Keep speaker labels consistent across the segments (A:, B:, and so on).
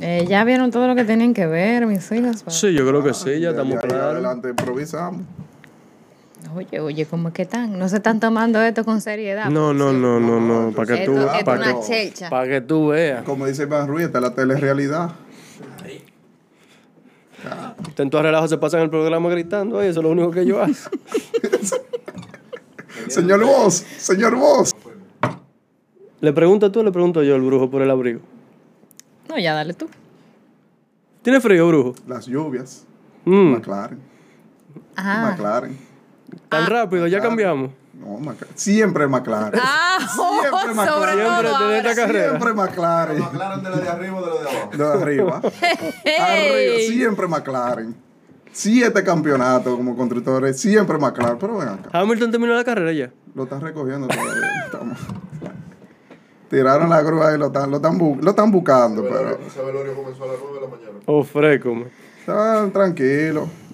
A: Eh, ya vieron todo lo que tenían que ver, mis hijas. pero-
B: Sí, yo creo que sí, ya estamos
C: de ahí
B: claros.
C: adelante improvisamos.
A: Oye, oye, ¿cómo es que están? No se están tomando esto con seriedad.
B: No, no, no, no, no, para que tú,
D: Esto es
B: para
D: una
B: que,
D: chelcha.
B: para que tú veas.
C: Como dice Iván Ruiz, está la telerealidad.
B: Tanto relajo se pasan el programa gritando, eh, eso es lo único que yo hago.
C: Señor Vos, señor Vos.
B: le pregunto tú, o le pregunto yo al brujo por el abrigo.
A: No, ya dale tú.
B: ¿Tiene frío, brujo?
C: Las lluvias.
B: Mm,
C: McLaren.
A: Ajá.
C: McLaren.
B: tan rápido, pues ya cambiamos.
C: No, McLaren. Siempre McLaren.
A: Ah,
C: Siempre más
A: sobre
C: claro.
A: todo
B: Siempre tener
A: ahora.
B: esta carrera.
C: Siempre McLaren.
E: aclaran de la de arriba o de la de abajo.
C: De arriba. Arriba. Siempre McLaren. Siete campeonatos como constructores. Siempre McLaren. Pero ven acá.
B: Hamilton terminó la carrera ya.
C: Lo están recogiendo todavía. Estamos- Tiraron la grúa y lo están, lo están, bu- lo están buscando, pero
E: Ese velorio comenzó a las 9 de la mañana.
B: Oh, frécome.
C: están tranquilos. Ah,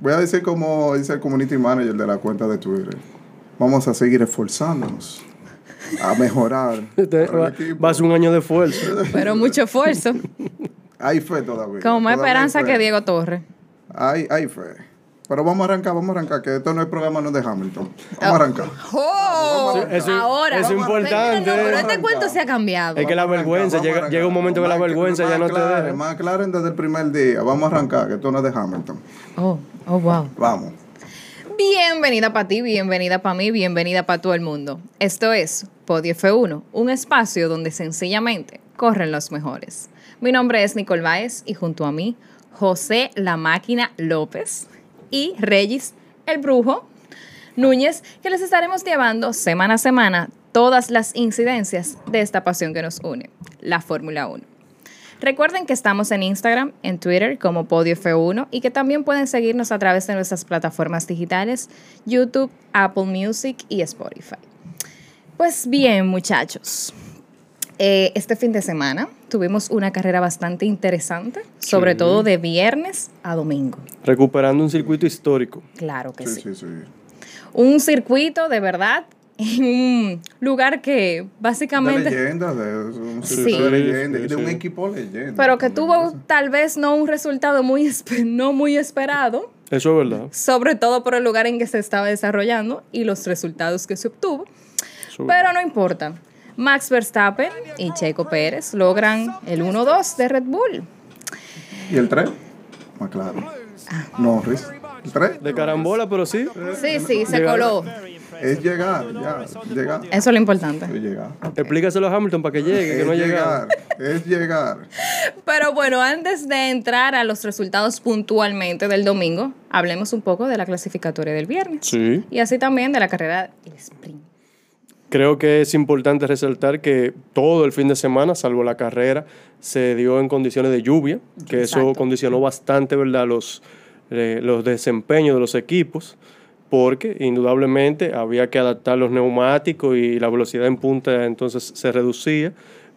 C: Voy a decir como dice el community manager de la cuenta de Twitter. Vamos a seguir esforzándonos a mejorar.
B: Este
C: para
B: va,
C: el equipo.
B: va a ser un año de esfuerzo.
A: Pero mucho esfuerzo.
C: Hay fe
A: Con
C: todavía.
A: más
C: Todavía hay
A: esperanza
C: fe.
A: que Diego Torres.
C: Hay, hay fe. Pero vamos a arrancar, vamos a arrancar, que esto no es programa no es de Hamilton. Vamos a arrancar.
A: ¡Oh!
B: Sí, eso-
A: ahora.
B: eso es importante.
A: Pero, pero este cuento se ha cambiado.
B: Es que la vergüenza, llega, llega un momento que la vergüenza ya no te deja.
C: Más claro desde el primer día. Vamos a arrancar, que esto no es de Hamilton.
A: Oh, oh, wow.
C: Vamos.
A: Bienvenida para ti, bienvenida para mí, bienvenida para todo el mundo. Esto es Podio F1, un espacio donde sencillamente corren los mejores. Mi nombre es Nicole Báez y junto a mí, José La Máquina López y Regis el Brujo Núñez, que les estaremos llevando semana a semana todas las incidencias de esta pasión que nos une, la Fórmula 1. Recuerden que estamos en Instagram, en Twitter como Podio F1 y que también pueden seguirnos a través de nuestras plataformas digitales, YouTube, Apple Music y Spotify. Pues bien, muchachos. eh, este fin de semana tuvimos una carrera bastante interesante, sobre
B: Sí.
A: todo de viernes a domingo.
B: Recuperando un circuito histórico.
A: Claro que
C: Sí,
A: sí.
C: sí, sí.
A: Un circuito de verdad en un lugar que
C: De
A: básicamente...
C: leyendas, de, de un
A: Sí.
C: circuito de
B: Sí,
C: leyendas y de
B: sí,
C: un
B: sí.
C: equipo leyenda.
A: Pero que tuvo
C: Entonces,
A: tal vez no un resultado muy, espe- no muy esperado,
B: Eso es verdad.
A: sobre todo por el lugar en que se estaba desarrollando y los resultados que se obtuvo.
B: Eso es
A: Pero no importa. Max Verstappen y Checo Pérez logran el 1-2 de Red Bull.
C: ¿Y el 3? Más claro.
A: Ah.
C: Norris. El 3
B: De carambola, pero sí.
A: Sí, sí, se coló.
C: es llegar, ya. Llegar.
A: Eso es lo importante.
C: Es llegar.
B: Explícaselo a Hamilton para que llegue, que
C: Es
B: no ha llegado.
C: llegar. Es llegar.
A: Pero bueno, antes de entrar a los resultados puntualmente del domingo, hablemos un poco de la clasificatoria del viernes.
B: Sí.
A: Y así también de la carrera del sprint.
B: Creo que es importante resaltar que todo el fin de semana, salvo la carrera, se dio en condiciones de lluvia, que eso
A: Exacto.
B: condicionó bastante ¿verdad? Los, eh, los desempeños de los equipos, porque indudablemente había que adaptar los neumáticos y la velocidad en punta entonces se reducía,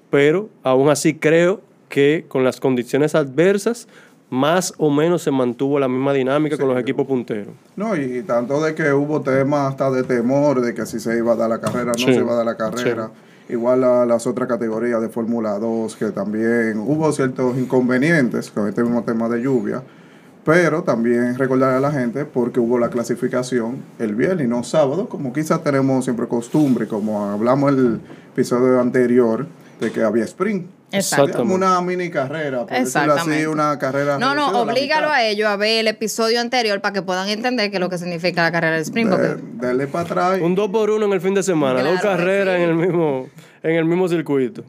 B: pero aún así creo que con las condiciones adversas más o menos se mantuvo la misma dinámica con los equipos punteros.
C: No, y tanto de que hubo temas hasta de temor de que si se iba a dar la carrera, no
B: Sí,
C: se iba a dar la carrera. Igual a las otras categorías de Fórmula 2, que también hubo ciertos inconvenientes con este mismo tema de lluvia. Pero también recordar a la gente porque hubo la clasificación el viernes y no sábado, como quizás tenemos siempre costumbre, como hablamos en el episodio anterior, de que había sprint.
A: Exacto.
C: Como una mini carrera, por decirlo así,
A: Exactamente.
C: una carrera.
A: No,
C: reducida
A: no,
C: a la
A: oblígalo
C: mitad.
A: a ellos a ver el episodio anterior para que puedan entender qué es lo que significa la carrera del sprint.
C: De-
A: Porque
C: Dele para atrás.
B: Un 2 por 1 en el fin de semana, dos
A: Claro que
B: carreras
A: sí.
B: en, el mismo, en el mismo circuito.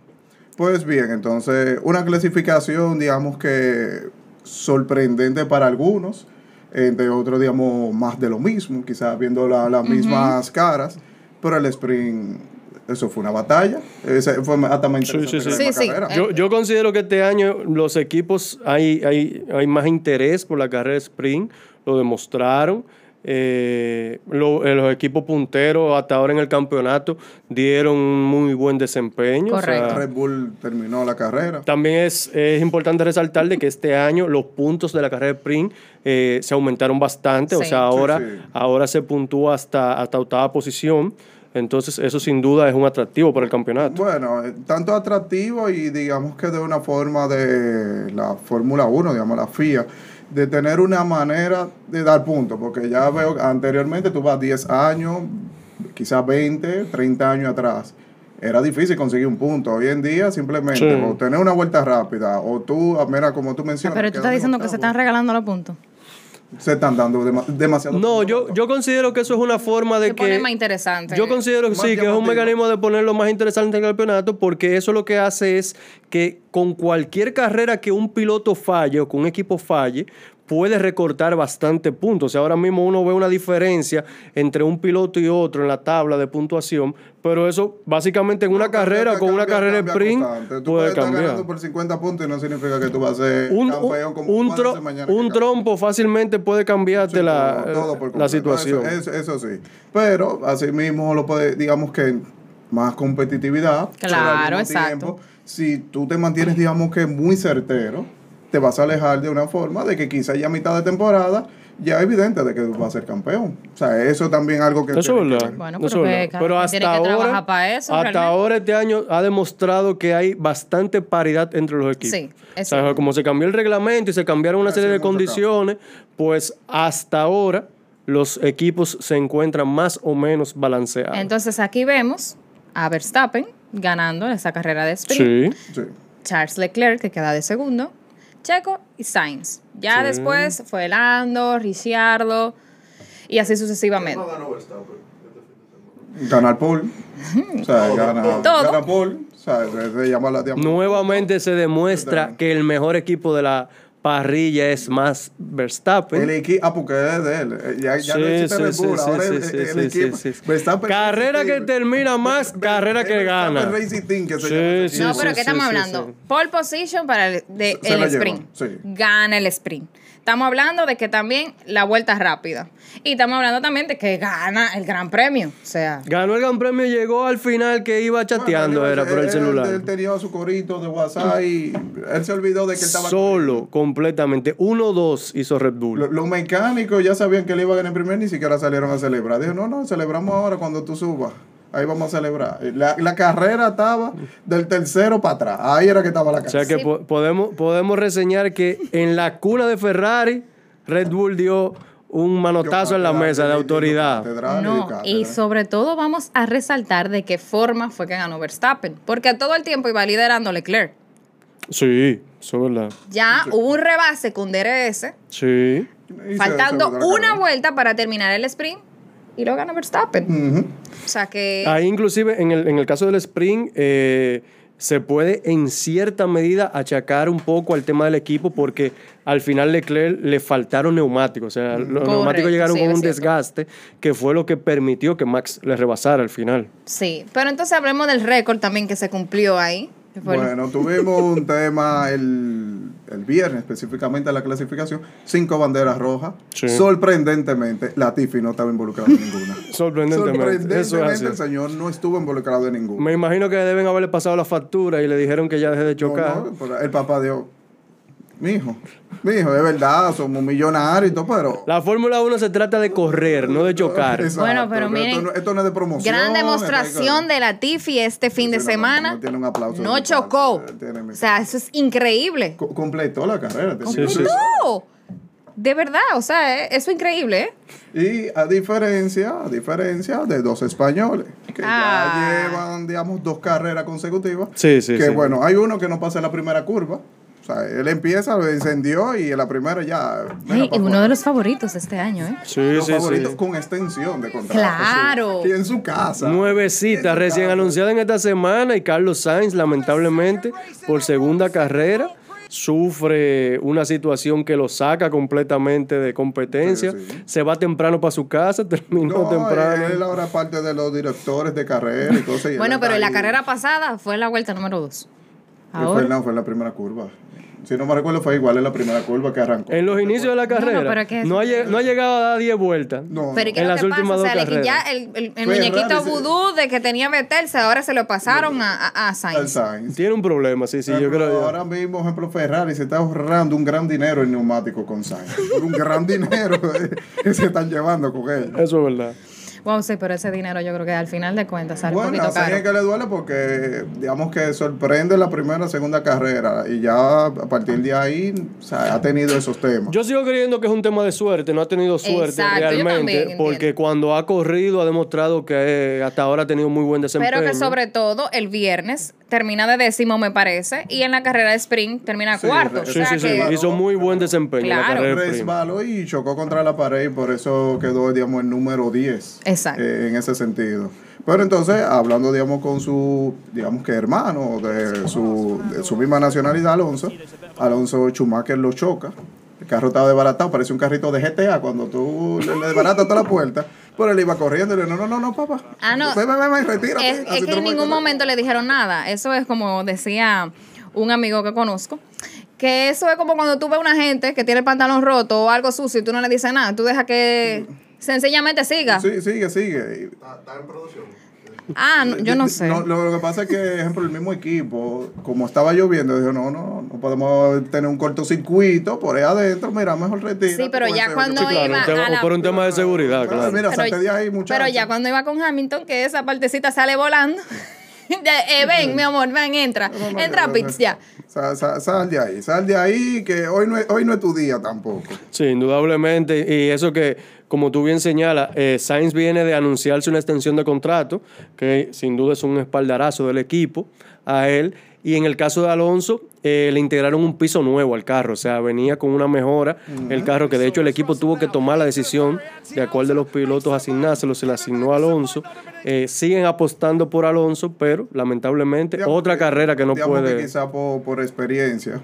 C: Pues bien, entonces una clasificación, digamos que sorprendente para algunos, entre otros, digamos, más de lo mismo, quizás viendo la- las mismas caras, pero el sprint, eso fue una batalla, ese fue hasta más
B: Sí,
C: interesante
B: sí,
C: que
B: sí.
C: la
A: Sí, sí.
C: misma carrera.
B: Yo,
A: eh.
B: yo considero que este año los equipos hay, hay, hay más interés por la carrera de sprint, lo demostraron. Eh, lo- eh, los equipos punteros hasta ahora en el campeonato dieron un muy buen desempeño. o sea,
A: Correcto.
C: Red Bull terminó la carrera.
B: también es, es importante resaltar de que este año los puntos de la carrera de sprint eh, se aumentaron bastante. O
A: Sí.
B: sea, ahora,
C: Sí, sí.
B: ahora se puntúa hasta, hasta octava posición. Entonces, eso sin duda es un atractivo para el campeonato.
C: Bueno, eh, tanto atractivo y digamos que de una forma de la Fórmula 1, digamos la FIA, de tener una manera de dar puntos, porque ya veo que anteriormente tú vas 10 años, quizás 20, 30 años atrás. Era difícil conseguir un punto. Hoy en día simplemente
B: Sí.
C: o tener una vuelta rápida o tú, ah, mira, como tú mencionas...
D: Pero tú
C: quedaste
D: estás diciendo que se están
C: octavo,
D: regalando los puntos.
C: se están dando dema- demasiado...
B: No, yo, yo considero que eso es una forma de
A: Se pone
B: que...
A: más interesante.
B: Yo considero que
C: Más
B: sí, que es un
C: llamativo.
B: mecanismo de ponerlo más interesante en el campeonato, porque eso lo que hace es que con cualquier carrera que un piloto falle o que un equipo falle, puede recortar bastante puntos. O sea, ahora mismo uno ve una diferencia entre un piloto y otro en la tabla de puntuación, pero eso básicamente en una
C: Cambia,
B: carrera, con una
C: cambia,
B: carrera
C: cambia
B: sprint,
C: constante. Tú puedes
B: puede
C: estar
B: cambiar.
C: ganando por 50 puntos y no significa que tú vas a ser
B: Un,
C: campeón como
B: un,
C: puede
B: tro-
C: ser mañana
B: un
C: que
B: trompo fácilmente puede cambiarte
C: Sí,
B: la,
C: todo- todo por
B: la
C: completo.
B: situación.
C: Eso, eso- eso sí. Pero asimismo lo puede, digamos que más competitividad. pero al
A: Claro,
C: mismo
A: exacto.
C: si tú te mantienes, digamos que muy certero, te vas a alejar de una forma de que quizás ya a mitad de temporada ya es evidente de que tú vas a ser campeón. O sea, eso también es algo que...
B: Eso
C: tiene
B: es
C: que
B: verdad.
C: ver.
D: Bueno,
B: eso
D: pero
B: es
D: que
B: verdad.
D: cada
B: Pero
D: quien
B: hasta
D: tiene que
B: ahora,
D: trabajar para eso,
B: hasta
D: realmente.
B: ahora este año ha demostrado que hay bastante paridad entre los equipos.
A: Sí,
B: O
A: es
B: sea,
A: cierto.
B: como se cambió el reglamento y se cambiaron una
C: Ha
B: serie
C: sido
B: de
C: mucho
B: condiciones, pues hasta ahora los equipos se encuentran más o menos balanceados.
A: Entonces aquí vemos a Verstappen ganando esa carrera de sprint.
B: sí.
C: Sí.
A: Charles Leclerc, que queda de segundo. Checo y Sainz. Ya después fue Lando, Ricciardo y así sucesivamente.
E: No ganó Verstappen. este fin de semana.
C: Ganar Paul. O sea, gana,
A: Todo.
C: gana Paul. O sea, se, se llama la diamante.
B: eh, Nuevamente se demuestra que el mejor equipo de la parrilla es más Verstappen.
C: El equipo, ah, porque es de él. Eh, Ya, ya no
B: Sí,
C: existe
B: sí,
C: Red
B: sí,
C: Bull,
B: sí,
C: ahora
B: sí,
C: el-
B: sí,
C: el
B: sí,
C: equipo-
B: sí, sí.
C: Verstappen-
B: Carrera que termina más, carrera que
C: Verstappen
B: gana.
C: Racing Team, que se
B: Sí,
C: llama ese
B: sí,
C: equipo.
A: no, pero ¿qué estamos
B: sí,
A: hablando?
B: sí.
A: Pole position para el, de-
C: Se
A: el
C: la lleva,
A: sprint.
C: sí.
A: Gana el sprint. Estamos hablando de que también la vuelta es rápida. Y estamos hablando también de que gana el gran premio. O sea,
B: Ganó el Gran Premio, llegó al final que iba chateando,
C: Bueno, eh,
B: era por el
C: él- Él,
B: celular.
C: él tenía su corito de WhatsApp y él se olvidó de que él estaba.
B: Solo, completamente. 1-2 hizo Red Bull.
C: Lo- Los mecánicos ya sabían que él iba a ganar primero, ni siquiera salieron a celebrar. Dijo, no, no, celebramos ahora cuando tú subas. Ahí vamos a celebrar. La, la carrera estaba del tercero para atrás. Ahí era que estaba la
B: O
C: carrera.
B: sea que po- podemos, podemos reseñar que en la cuna de Ferrari, Red Bull dio un manotazo en la mesa de autoridad.
C: Catedral,
A: no.
C: catedral.
A: Y sobre todo vamos a resaltar de qué forma fue que ganó Verstappen. Porque todo el tiempo iba liderando Leclerc.
B: Sí, eso es verdad.
A: Ya hubo un rebase con DRS,
B: Sí.
C: Y se-
A: faltando
C: se volvió la
A: una
C: carrera.
A: vuelta para terminar el sprint y lo gana Verstappen.
C: Ujú.
A: O sea que
B: Ahí inclusive en el, en el caso del sprint eh, se puede en cierta medida achacar un poco al tema del equipo porque al final Leclerc le faltaron neumáticos. O sea, los
A: Correcto,
B: neumáticos llegaron
A: sí,
B: con
A: es
B: un
A: cierto.
B: desgaste que fue lo que permitió que Max le rebasara al final.
A: sí. Pero entonces hablemos del récord también que se cumplió ahí. que fue el-
C: Bueno, tuvimos un tema el, el viernes, específicamente en la clasificación, cinco banderas rojas.
B: Sí.
C: Sorprendentemente, Latifi no estaba involucrado en ninguna.
B: Sorprendentemente. Eso es así.
C: el señor no estuvo involucrado en ninguna.
B: Me imagino que deben haberle pasado la factura y le dijeron que ya deje de
C: No,
B: chocar.
C: no, pero el papá dijo, mijo, mijo, es verdad, somos millonarios y todo, pero...
B: La Fórmula 1 se trata de correr, no de chocar.
C: Exacto,
A: Bueno, pero
C: esto
A: miren,
C: no, esto no es de promoción.
A: Gran demostración de Latifi este fin de
C: Sí, no, no,
A: semana.
C: no, tiene un aplauso
A: No
C: de mi
A: chocó.
C: parte, tiene mi-
A: O sea, eso es increíble.
C: Co- completó la carrera. te
B: Sí,
C: digo.
B: sí.
A: ¡No! De verdad, o sea, eh, eso es increíble, ¿eh?
C: Y a diferencia, a diferencia de dos españoles, que
A: Ah.
C: ya llevan, digamos, dos carreras consecutivas.
B: Sí, sí,
C: Que
B: sí.
C: bueno, hay uno que no pasa la primera curva. O sea, él empieza, lo encendió y en la primera ya. mira,
A: Ay,
C: pa'
A: y uno
C: fuera.
A: de los favoritos este año, ¿eh?
B: Sí,
C: Los
B: sí,
C: favoritos
B: sí.
C: con extensión de contrato.
A: Claro.
C: sí. Y en su casa.
B: Nuevecita, recién anunciada en esta semana y Carlos Sainz lamentablemente por segunda carrera sufre una situación que lo saca completamente de competencia,
C: Sí, sí.
B: se va temprano para su casa, terminó
C: No, eh,
B: temprano.
C: él ahora es parte de los directores de carrera y cosas. y él
A: Bueno,
C: está
A: pero en la
C: ahí.
A: carrera pasada fue en la vuelta número 2.
C: Y Fue,
A: Ahora.
C: no, fue en la primera curva. Si no me recuerdo, fue igual en la primera curva que arrancó.
B: En los inicios de la carrera
A: pero es que-
B: no, ha, lle- no ha llegado a dar 10 vueltas.
C: No,
A: Pero ¿y
C: no.
A: qué es
B: En
A: lo
B: las
A: que pasa?
B: últimas
A: O sea, le-
B: dos
A: que ya
B: carreras.
A: el, el- el
C: Fue
A: muñequito
C: raro, sí.
A: vudú de que tenía Betelse ahora se lo pasaron a, a, a
C: Al
A: Sainz.
C: Sainz.
B: Tiene un problema, sí, sí,
C: Ah,
B: yo
C: pero
B: creo. ya.
C: Ahora mismo, ejemplo, Ferrari se está ahorrando un gran dinero en neumáticos con Sainz. Por un gran dinero eh, que se están llevando con él.
B: Eso es verdad.
A: Bueno, sí, pero ese dinero yo creo que al final de cuentas sale un
C: Bueno,
A: poquito
C: así
A: caro.
C: es que le duele porque digamos que sorprende la primera, segunda carrera y ya a partir de ahí o sea, ha tenido esos temas.
B: Yo sigo creyendo que es un tema de suerte, no ha tenido suerte
A: Exacto, yo también
B: realmente,
A: entiendo.
B: porque cuando ha corrido ha demostrado que eh, hasta ahora ha tenido muy buen desempeño.
A: Pero que sobre todo el viernes termina de décimo, me parece, y en la carrera de sprint termina
C: Sí,
A: cuarto.
C: re-
A: o
B: Sí,
A: sea
B: sí, sí,
A: que
B: hizo muy buen desempeño en la
A: Claro.
B: carrera de sprint.
C: resbaló y chocó contra la pared y por eso quedó, digamos, el número 10.
A: Exacto.
C: eh, en ese sentido. Pero entonces, hablando, digamos, con su, digamos que hermano de su, de su misma nacionalidad, Alonso, Alonso Schumacher lo choca. El carro estaba desbaratado, parece un carrito de GTA cuando tú le, le desbaratas toda la puerta. Pero él iba corriendo y le dijo, no, no, no, papá.
A: Ah, no.
C: Ven, ven, ven, ven, retírate.
A: es, es que
C: Así tú no
A: en
C: puedes
A: ningún
C: correr.
A: momento le dijeron nada. Eso es como decía un amigo que conozco. Que eso es como cuando tú ves a una gente que tiene el pantalón roto o algo sucio y tú no le dices nada. Tú dejas que sencillamente siga.
C: Sí, sigue, sigue.
E: Está, está en producción.
A: Ah, no, yo no sé.
C: lo, lo que pasa es que, por ejemplo, el mismo equipo, como estaba lloviendo, dijo, no, no, no podemos tener un cortocircuito por ahí adentro, mira, mejor retiro.
A: Sí, pero ya cuando
B: Sí, claro,
A: iba
B: un tema-
A: a la-
B: por un tema de seguridad, claro.
C: Mira, salte de ahí, muchacho.
A: pero ya cuando iba con Hamilton, que esa partecita sale volando. Ya, eh, ven, mi amor, ven, entra.
C: No, no, no,
A: entra,
C: no,
A: Pitts,
C: no.
A: ya.
C: Sa- sa- sal de ahí, sal de ahí, que hoy no es, hoy no es tu día tampoco.
B: Sí, indudablemente. Y eso que, como tú bien señalas, eh, Sainz viene de anunciarse una extensión de contrato, que sin duda es un espaldarazo del equipo a él. Y en el caso de Alonso, eh, le integraron un piso nuevo al carro, o sea, venía con una mejora el carro, que de hecho el equipo tuvo que tomar la decisión de a cuál de los pilotos asignárselo, se le asignó a Alonso. Eh, siguen apostando por Alonso, pero lamentablemente
C: Digamos
B: otra carrera que no
C: digamos
B: puede...
C: quizá por, por experiencia.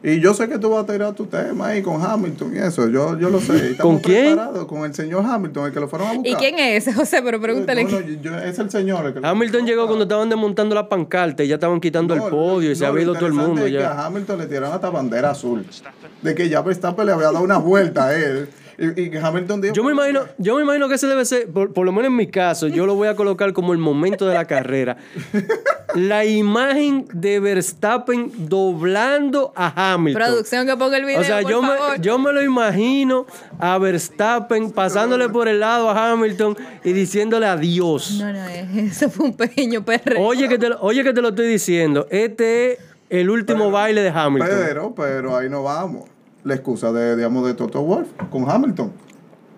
C: Y yo sé que tú vas a tirar tu tema ahí con Hamilton y eso, yo, yo lo sé. Estamos
B: ¿Con quién?
C: preparados Con el señor Hamilton, el que lo fueron a buscar.
A: ¿Y quién es ese, José? Pero pregúntale.
C: No, no, yo- yo- es el señor. el que lo-
B: Hamilton Ah, llegó cuando estaban desmontando la pancarta y ya estaban quitando
C: No,
B: el podio y se
C: no,
B: había
C: lo
B: ido todo el mundo
C: interesante es que
B: ya.
C: a Hamilton le tiraron hasta bandera azul. De que ya Verstappen le había dado una vuelta a él. Y, y que Hamilton dijo...
B: Yo me imagino, yo me imagino que ese debe ser, por, por lo menos en mi caso, yo lo voy a colocar como el momento de la carrera. La imagen de Verstappen doblando a Hamilton.
A: Producción que ponga el video.
B: O sea,
A: por
B: yo me,
A: favor.
B: yo me lo imagino a Verstappen pasándole por el lado a Hamilton y diciéndole adiós.
A: No, no, eh, eso fue un pequeño perro.
B: Oye que te lo, oye que te lo estoy diciendo, este es el último baile de Hamilton.
C: Pero, pero ahí no vamos. La excusa de, digamos, de Toto Wolf con Hamilton.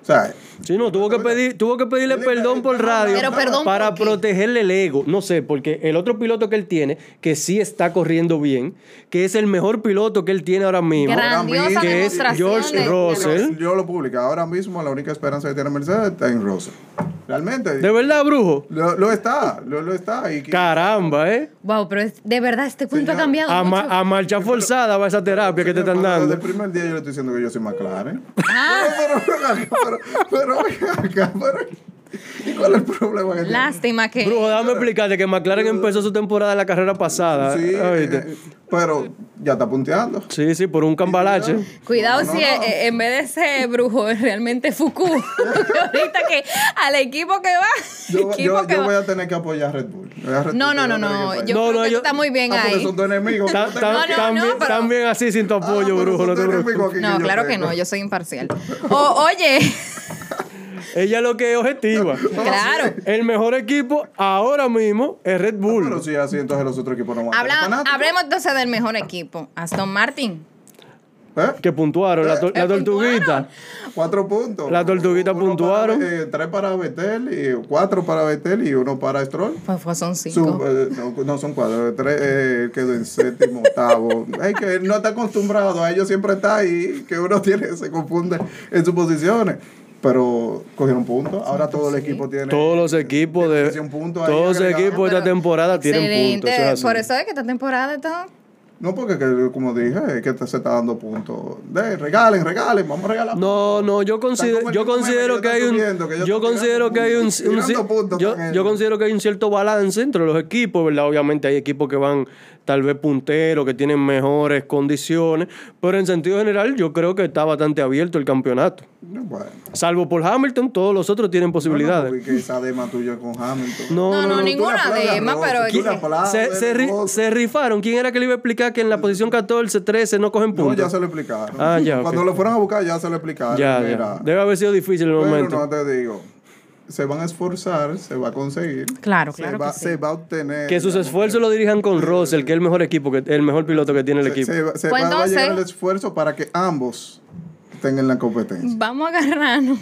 C: O sea,
B: Sí, no, tuvo que, pedir, tuvo que pedirle
C: Dile que-
B: perdón por radio
A: Pero perdón,
B: para
A: ¿por qué?
B: protegerle el ego. No sé, porque el otro piloto que él tiene, que sí está corriendo bien, que es el mejor piloto que él tiene ahora mismo.
A: Grandiosa
B: que es
A: demostración.
B: George
A: de-
B: Russell. ¿Sí?
C: yo lo publico. Ahora mismo la única esperanza que tiene Mercedes está en Russell. Realmente.
B: De verdad, brujo.
C: Lo, lo está, lo, lo está. Y que-
B: Caramba, ¿eh?
A: Wow, pero es- de verdad este punto ha
C: Señor,
A: cambiado
B: A, ma-
A: mucho.
B: a marcha forzada va esa terapia que te están
C: Pero
B: dando.
C: Desde el primer día yo le estoy diciendo que yo soy McLaren.
A: Ah.
C: Pero, pero, pero, pero, acá, pero, ¿y cuál es el problema que tiene?
A: Lástima que
B: Brujo, déjame explicarte que McLaren empezó su temporada en la carrera pasada.
C: Sí,
B: Ah, ¿oíste?
C: eh, pero ya está punteando.
B: Sí, sí, por un cambalache.
A: eh, Cuidado
C: No, no,
A: si
C: no.
A: eh, en vez de ser brujo es realmente Fuku. Que ahorita que al equipo que va,
C: Yo,
A: equipo
C: yo,
A: que
C: yo
A: va.
C: voy a tener que apoyar a Red Bull. Yo voy a Red
A: No,
C: Bull,
A: no,
C: yo
A: no,
C: pues. voy a
A: no.
C: tener que
A: Yo
B: No,
C: apoyar.
A: creo
B: no,
A: que
B: yo-
A: tú estás muy bien
C: Ah, porque
A: ahí.
C: son tus enemigos.
B: Tan, tan-
A: No, no,
B: tan
A: no,
B: bien-
A: pero-
B: tan bien así sin tu
C: Ah,
B: apoyo,
C: pero
B: brujo.
C: son
B: No te
C: tus
B: preocupes.
C: enemigos aquí
A: No,
C: yo
A: claro que
C: tengo.
A: no, yo soy imparcial. O- oye,
B: Ella lo que es objetiva.
A: claro.
B: El mejor equipo ahora mismo es Red
C: Ah,
B: Bull.
C: Pero sí, así entonces los otros equipos no van a
A: Habla-
C: tener fanáticos.
A: hablemos entonces del mejor equipo, Aston Martin.
C: ¿Eh?
B: Que puntuaron la, tor- la
A: Eh,
B: tortuguita.
C: Cuatro puntos.
B: Las tortuguitas
C: Uno para-
B: puntuaron.
C: eh, tres para Betel, y cuatro para Betel y uno para Stroll.
A: Pues, pues son cinco.
C: Su- eh, no, no son cuatro, tres, eh, quedó en séptimo, octavo. Es que él no está acostumbrado, a ellos siempre está ahí, que uno tiene, se confunde en sus posiciones. Pero cogieron puntos, ahora todo el equipo tiene.
B: Todos los equipos de
C: tiene eh, un punto ahí
B: todos los
C: agregado.
B: equipos de
A: Pero-
B: esta temporada tienen
A: Excelente.
B: puntos. eso es así.
A: Por eso es que esta temporada está.
C: No, porque que- como dije, es que se está dando puntos. De, regalen, regalen, vamos a regalar.
B: No, no, yo considero,
C: como el
B: yo
C: mismo
B: considero
C: meme que
B: que hay
C: yo
B: un,
C: estoy viendo, que yo
B: yo
C: estoy
B: considero
C: tirando
B: que hay un,
C: puntos,
B: un-
C: tirando puntos
B: yo,
C: con él.
B: yo considero que hay un cierto balance entre los equipos, verdad. Obviamente hay equipos que van tal vez punteros, que tienen mejores condiciones, pero en sentido general yo creo que está bastante abierto el campeonato.
C: Bueno,
B: Salvo por Hamilton, todos los otros tienen posibilidades.
C: porque esa dema tuya con Hamilton.
B: No,
A: No,
B: no,
A: no,
B: no.
C: Tú le
A: ninguna
C: aplaudes a
A: dema,
C: Rossi,
A: pero
C: tú
A: es
C: le
A: que-
C: aplaudes
B: Se, se ri-
C: a Rossi.
B: se rifaron. ¿Quién era que le iba a explicar que en la posición 14, 13 no cogen
C: No, ya
B: puntos?
C: se lo explicaron.
B: Ah, ya, ok.
C: Cuando lo fueron a buscar, ya se lo explicaron.
B: ya, ya.
C: Mira,
B: Debe haber sido difícil el
C: pero
B: momento.
C: no te digo. se van a esforzar, se va a conseguir.
A: Claro,
C: se
A: claro que
C: va,
A: sí.
C: se va a obtener.
B: Que sus
C: digamos,
B: esfuerzos lo dirijan con Russell, que es el mejor equipo, que el mejor piloto que tiene el
C: Se,
B: equipo.
C: se va- se
A: Pues
C: va, va a llegar el
A: entonces-
C: esfuerzo para que ambos tengan la competencia.
A: Vamos a agarrarnos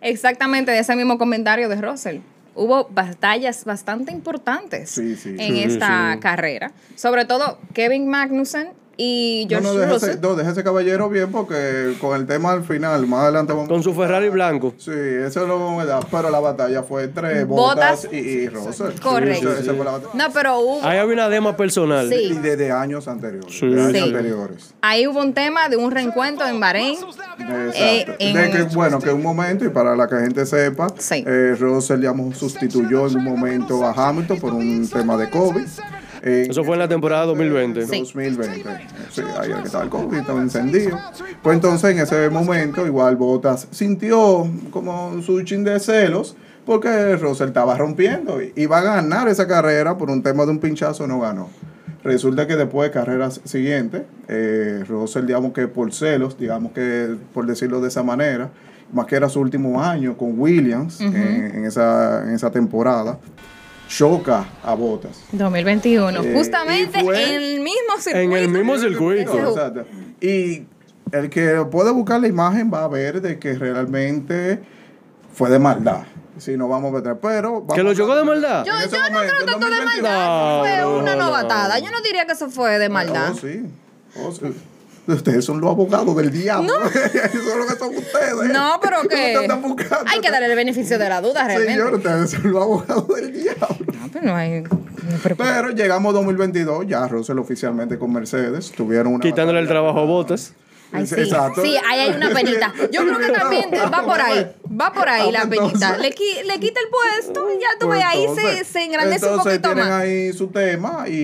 A: exactamente de ese mismo comentario de Russell. Hubo batallas bastante importantes
C: Sí, sí.
A: en
B: Sí,
A: esta
B: sí.
A: carrera. Sobre todo Kevin Magnussen y
C: No,
A: George
C: no, deja
A: Russell.
C: ese, no, deja ese caballero bien porque con el tema al final, más adelante vamos.
B: Con su Ferrari blanco.
C: Sí, eso lo vamos a dar, pero la batalla fue entre Botas,
A: Botas.
C: y, y Russell.
A: Correcto.
C: Esa- esa fue la batalla.
A: No, pero hubo,
B: Ahí había una dema personal.
A: Sí.
C: Y desde años anteriores.
B: Sí.
C: de años
A: Sí.
C: anteriores.
A: ahí hubo un tema de un reencuentro en Bahrein.
C: Exacto.
A: Eh, en-
C: De que, bueno, que un momento, y para la que la gente sepa,
A: Sí.
C: eh, Russell, digamos, sustituyó en un momento a Hamilton por un tema de COVID. Eh, En-
B: Eso fue en la temporada 2020.
A: Sí.
C: 2020. Sí, ahí era que estaba el COVID, estaba encendido. Pues entonces en ese momento igual Botas sintió como un suchin de celos porque Russell estaba rompiendo y iba a ganar esa carrera por un tema de un pinchazo no ganó. Resulta que después de carreras siguientes, eh, Russell, digamos que por celos, digamos que por decirlo de esa manera, más que era su último año con Williams en, en esa, en esa temporada, choca a Botas.
A: 2021,
C: Eh,
A: justamente
C: y fue
A: en el mismo circuito.
B: En el mismo circuito.
A: Ese-
C: Exacto. Y el que puede buscar la imagen va a ver de que realmente fue de maldad. Si no vamos a ver, pero... vamos
B: ¿Que lo
C: a-
B: chocó de maldad?
A: Yo,
C: En ese
A: yo no
C: momento,
A: creo tanto de
C: 2022.
A: maldad,
B: No,
A: fue una
B: no, no.
A: novatada. Yo no diría que eso fue de maldad.
C: Oh, sí. Oh, sí. Ustedes son los abogados del diablo. Eso es lo que son ustedes.
A: No, pero que
C: Ustedes están buscando.
A: hay que darle el beneficio de la duda realmente.
C: Señor, ustedes son los abogados del diablo.
A: No, Ah, pero no hay. no, pero-
C: Pero llegamos a 2022, ya Russell oficialmente con Mercedes. Tuvieron una
B: Quitándole el trabajo a Botas.
A: Ay, sí.
C: Exacto.
A: Sí, ahí hay una penita. Yo creo que también te- va por ahí. Va por ahí la
C: Vamos, entonces.
A: penita. Le, qui- le quita el puesto y ya tú
C: Pues
A: ves, ahí se,
C: entonces-
A: se engrandece un
C: entonces
A: poquito
C: tienen
A: más.
C: ahí su tema y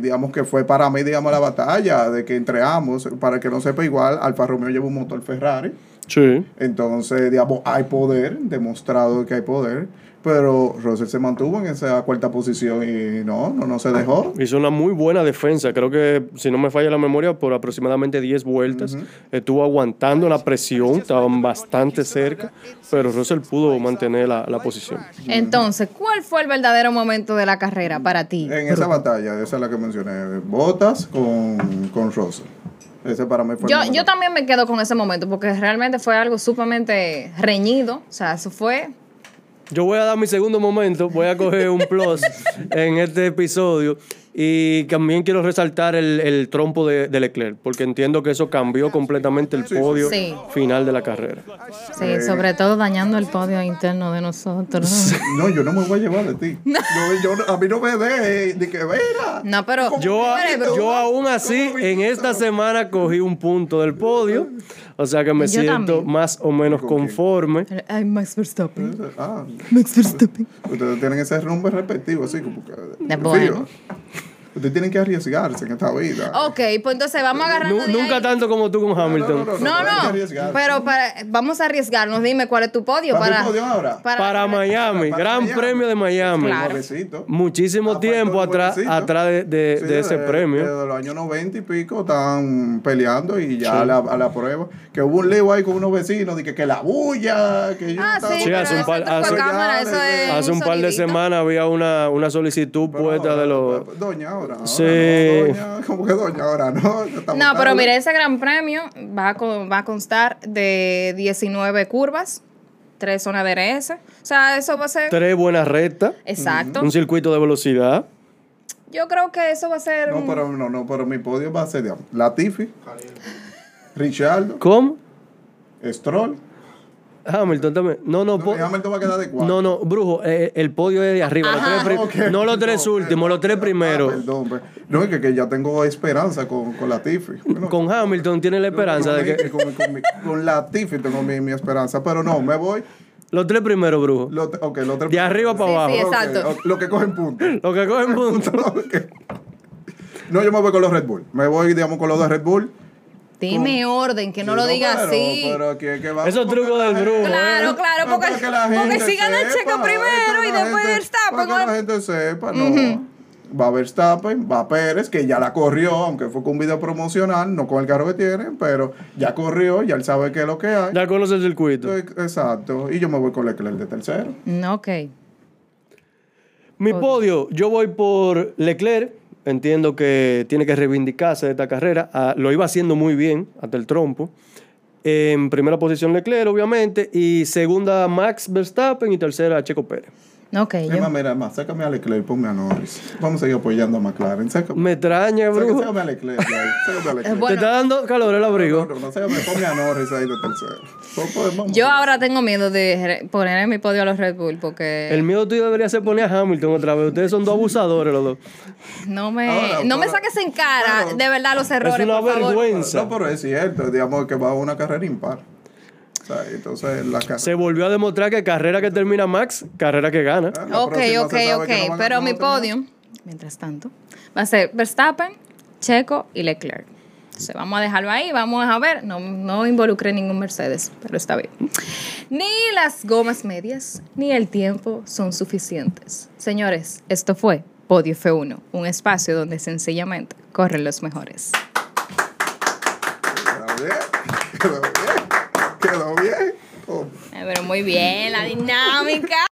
C: digamos que fue para mí, digamos, la batalla de que entre ambos, para el que no sepa igual, Alfa Romeo lleva un motor Ferrari.
B: Sí.
C: Entonces, digamos, hay poder, demostrado que hay poder, pero Russell se mantuvo en esa cuarta posición y no, no, no
A: Ah.
C: se dejó.
B: Hizo una muy buena defensa. Creo que, si no me falla la memoria, por aproximadamente 10 vueltas. Estuvo aguantando la presión. Estaban bastante cerca. Pero Russell pudo mantener la, la posición.
A: Entonces, ¿cuál fue el verdadero momento de la carrera para ti?
C: En esa batalla, esa es la que mencioné, Botas con, con Russell. Ese para mí fue el
A: Yo,
C: número
A: yo también me quedo con ese momento porque realmente fue algo sumamente reñido. O sea, eso fue.
B: Yo voy a dar mi segundo momento, voy a coger un plus en este episodio y también quiero resaltar el, el trompo de, de Leclerc, porque entiendo que eso cambió completamente el podio
A: Sí.
B: final de la carrera.
A: Sí, sobre todo dañando el podio interno de nosotros.
C: No, yo no me voy a llevar de ti. No, yo no- a mí no me dé de que vera.
A: No, pero.
B: Yo, a-
A: Pero,
B: yo aún así, en esta semana cogí un punto del podio, o sea que me
A: Yo
B: siento
A: también.
B: más o menos
C: quién?
B: conforme.
A: pero- Ay, Max Verstappen.
C: Ah,
A: Max Verstappen.
C: ustedes tienen ese rumbo respectivo, así como que.
A: De bueno.
C: Ustedes tienen que arriesgarse en esta vida.
A: Ok, pues entonces vamos agarrando. de
B: Nu-
A: ahí.
B: nunca tanto como tú con Hamilton.
A: No,
C: hay que
A: no,
C: arriesgarse.
A: pero para, vamos a arriesgarnos. Dime cuál es tu podio
C: ¿Para mi
A: para.
C: podio ahora?
A: para-
B: Para Miami,
C: Para
B: Gran
C: Miami.
B: Premio de Miami.
A: Claro.
C: Nuevecito.
B: Muchísimo
C: Ah,
B: tiempo
C: falta un
B: atrás,
C: nuevecito.
B: atrás de, de-
C: Sí,
B: de ese
C: desde-
B: premio.
C: Desde los años 90 y pico están peleando y ya a, la, a la prueba. Que hubo un lío ahí con unos vecinos, de que, que la bulla, que yo
A: Ah,
C: estaba-
A: sí,
B: Sí,
A: pero
B: hace un
A: eso
B: par-
A: está
B: hace-
A: con cámara, eso es
B: Hace un par de
A: sonidito.
B: semanas había una, una solicitud
C: Pero
B: puesta
C: ahora,
B: de los...
C: Doña, ahora. ahora
B: Sí.
C: no, doña, ¿Cómo que doña? Ahora no. ya estamos
A: No, pero
C: tarde.
A: mire, ese gran premio va a, co- va a constar de 19 curvas, tres zonas de DRS. O sea, eso va a ser.
B: Tres Mm-hmm. buenas rectas,
A: Exacto.
B: un circuito de velocidad.
A: Yo creo que eso va a ser.
C: No,
A: un-
C: pero no, no, pero mi podio va a ser digamos, Latifi, Richardo,
B: ¿Cómo?
C: Stroll.
B: Hamilton también. No, no, po-
C: No, Hamilton va a quedar de cuatro.
B: no, no, brujo, eh, el podio es de arriba. los
A: Ajá.
B: tres pri-
C: Ok,
B: No los tres
C: perdón,
B: últimos, los tres
C: perdón,
B: primeros.
C: ah, perdón, per- no, es que, que ya tengo esperanza con, con Latifi. Bueno,
B: Con Hamilton tiene la esperanza de
C: con-
B: que...
C: Con, con mi- con Latifi tengo mi, mi esperanza, pero no, me voy.
B: Los tres primeros, brujo.
C: Lo, ok, lo otro-
B: De arriba para
A: Sí,
B: abajo.
A: sí,
C: Ok,
A: exacto.
C: ok, lo que cogen punto.
B: Lo que cogen punto.
C: Ok. No, yo me voy con los Red Bull. Me voy, digamos, con los de Red Bull.
A: Dime orden, que no
C: Sí,
A: lo diga
C: pero-
A: así.
C: pero que- que vamos
B: Esos
C: con
B: trucos
C: la
B: del ¿eh?
C: gente.
B: brujo,
A: Claro, claro,
C: No,
A: porque-
C: para que la
A: porque
C: gente
A: si gana
C: sepa,
A: Checo
C: para que
A: primero y
C: la
A: después
C: gente-
A: Verstappen,
C: Para que
A: ¿no?
C: la gente sepa, no. va Verstappen, va Pérez, que ya la corrió, aunque fue con un video promocional, no con el carro que tienen, pero ya corrió, ya él sabe qué es lo que hay.
B: Ya conoce el circuito.
C: Exacto. Y yo me voy con Leclerc de tercero.
A: Mm, Ok.
B: Mi
A: Ok.
B: podio, yo voy por Leclerc. Entiendo que tiene que reivindicarse de esta carrera. Ah, lo iba haciendo muy bien hasta el trompo. En primera posición Leclerc, obviamente. Y segunda Max Verstappen y tercera Checo Pérez.
A: Ok,
C: Es
A: yo.
C: más, mira, más, sácame a Leclerc, ponme a Norris. Vamos a seguir apoyando a McLaren. Sácame,
B: Me extraña,
C: sácame,
B: brujo.
C: sácame a Leclerc. ya, Sácame a Leclerc.
A: bueno,
B: Te está dando calor el
C: No,
B: abrigo.
C: no, no, sácame, ponme a Norris ahí de tercero. Pues, pues, vamos.
A: Yo ahora tengo miedo de re- poner en mi podio a los Red Bull porque
B: El miedo tuyo debería ser poner a Hamilton otra vez. Ustedes son dos abusadores los dos.
A: no me,
C: Ahora,
A: no me
C: ahora-
A: saques en cara
C: claro.
A: de verdad los errores,
B: Es una
A: por favor.
B: vergüenza.
C: No, pero es cierto, digamos que va a una carrera impar. O sea, entonces la carrera.
B: Se volvió a demostrar que carrera que termina Max, carrera que gana.
C: Ah, la
A: Ok,
C: próxima
A: ok,
C: se sabe
A: ok.
C: que no van a-
A: Pero
C: no
A: mi
C: van a terminar.
A: podio, mientras tanto, va a ser Verstappen, Checo y Leclerc. Entonces, vamos a dejarlo ahí, vamos a ver. No, no involucré ningún Mercedes, pero está bien. Ni las gomas medias ni el tiempo son suficientes. Señores, esto fue Podio F1, un espacio donde sencillamente corren los mejores.
C: Quedó bien, quedó bien, quedó bien. Oh.
A: Ay, Pero muy bien, la dinámica.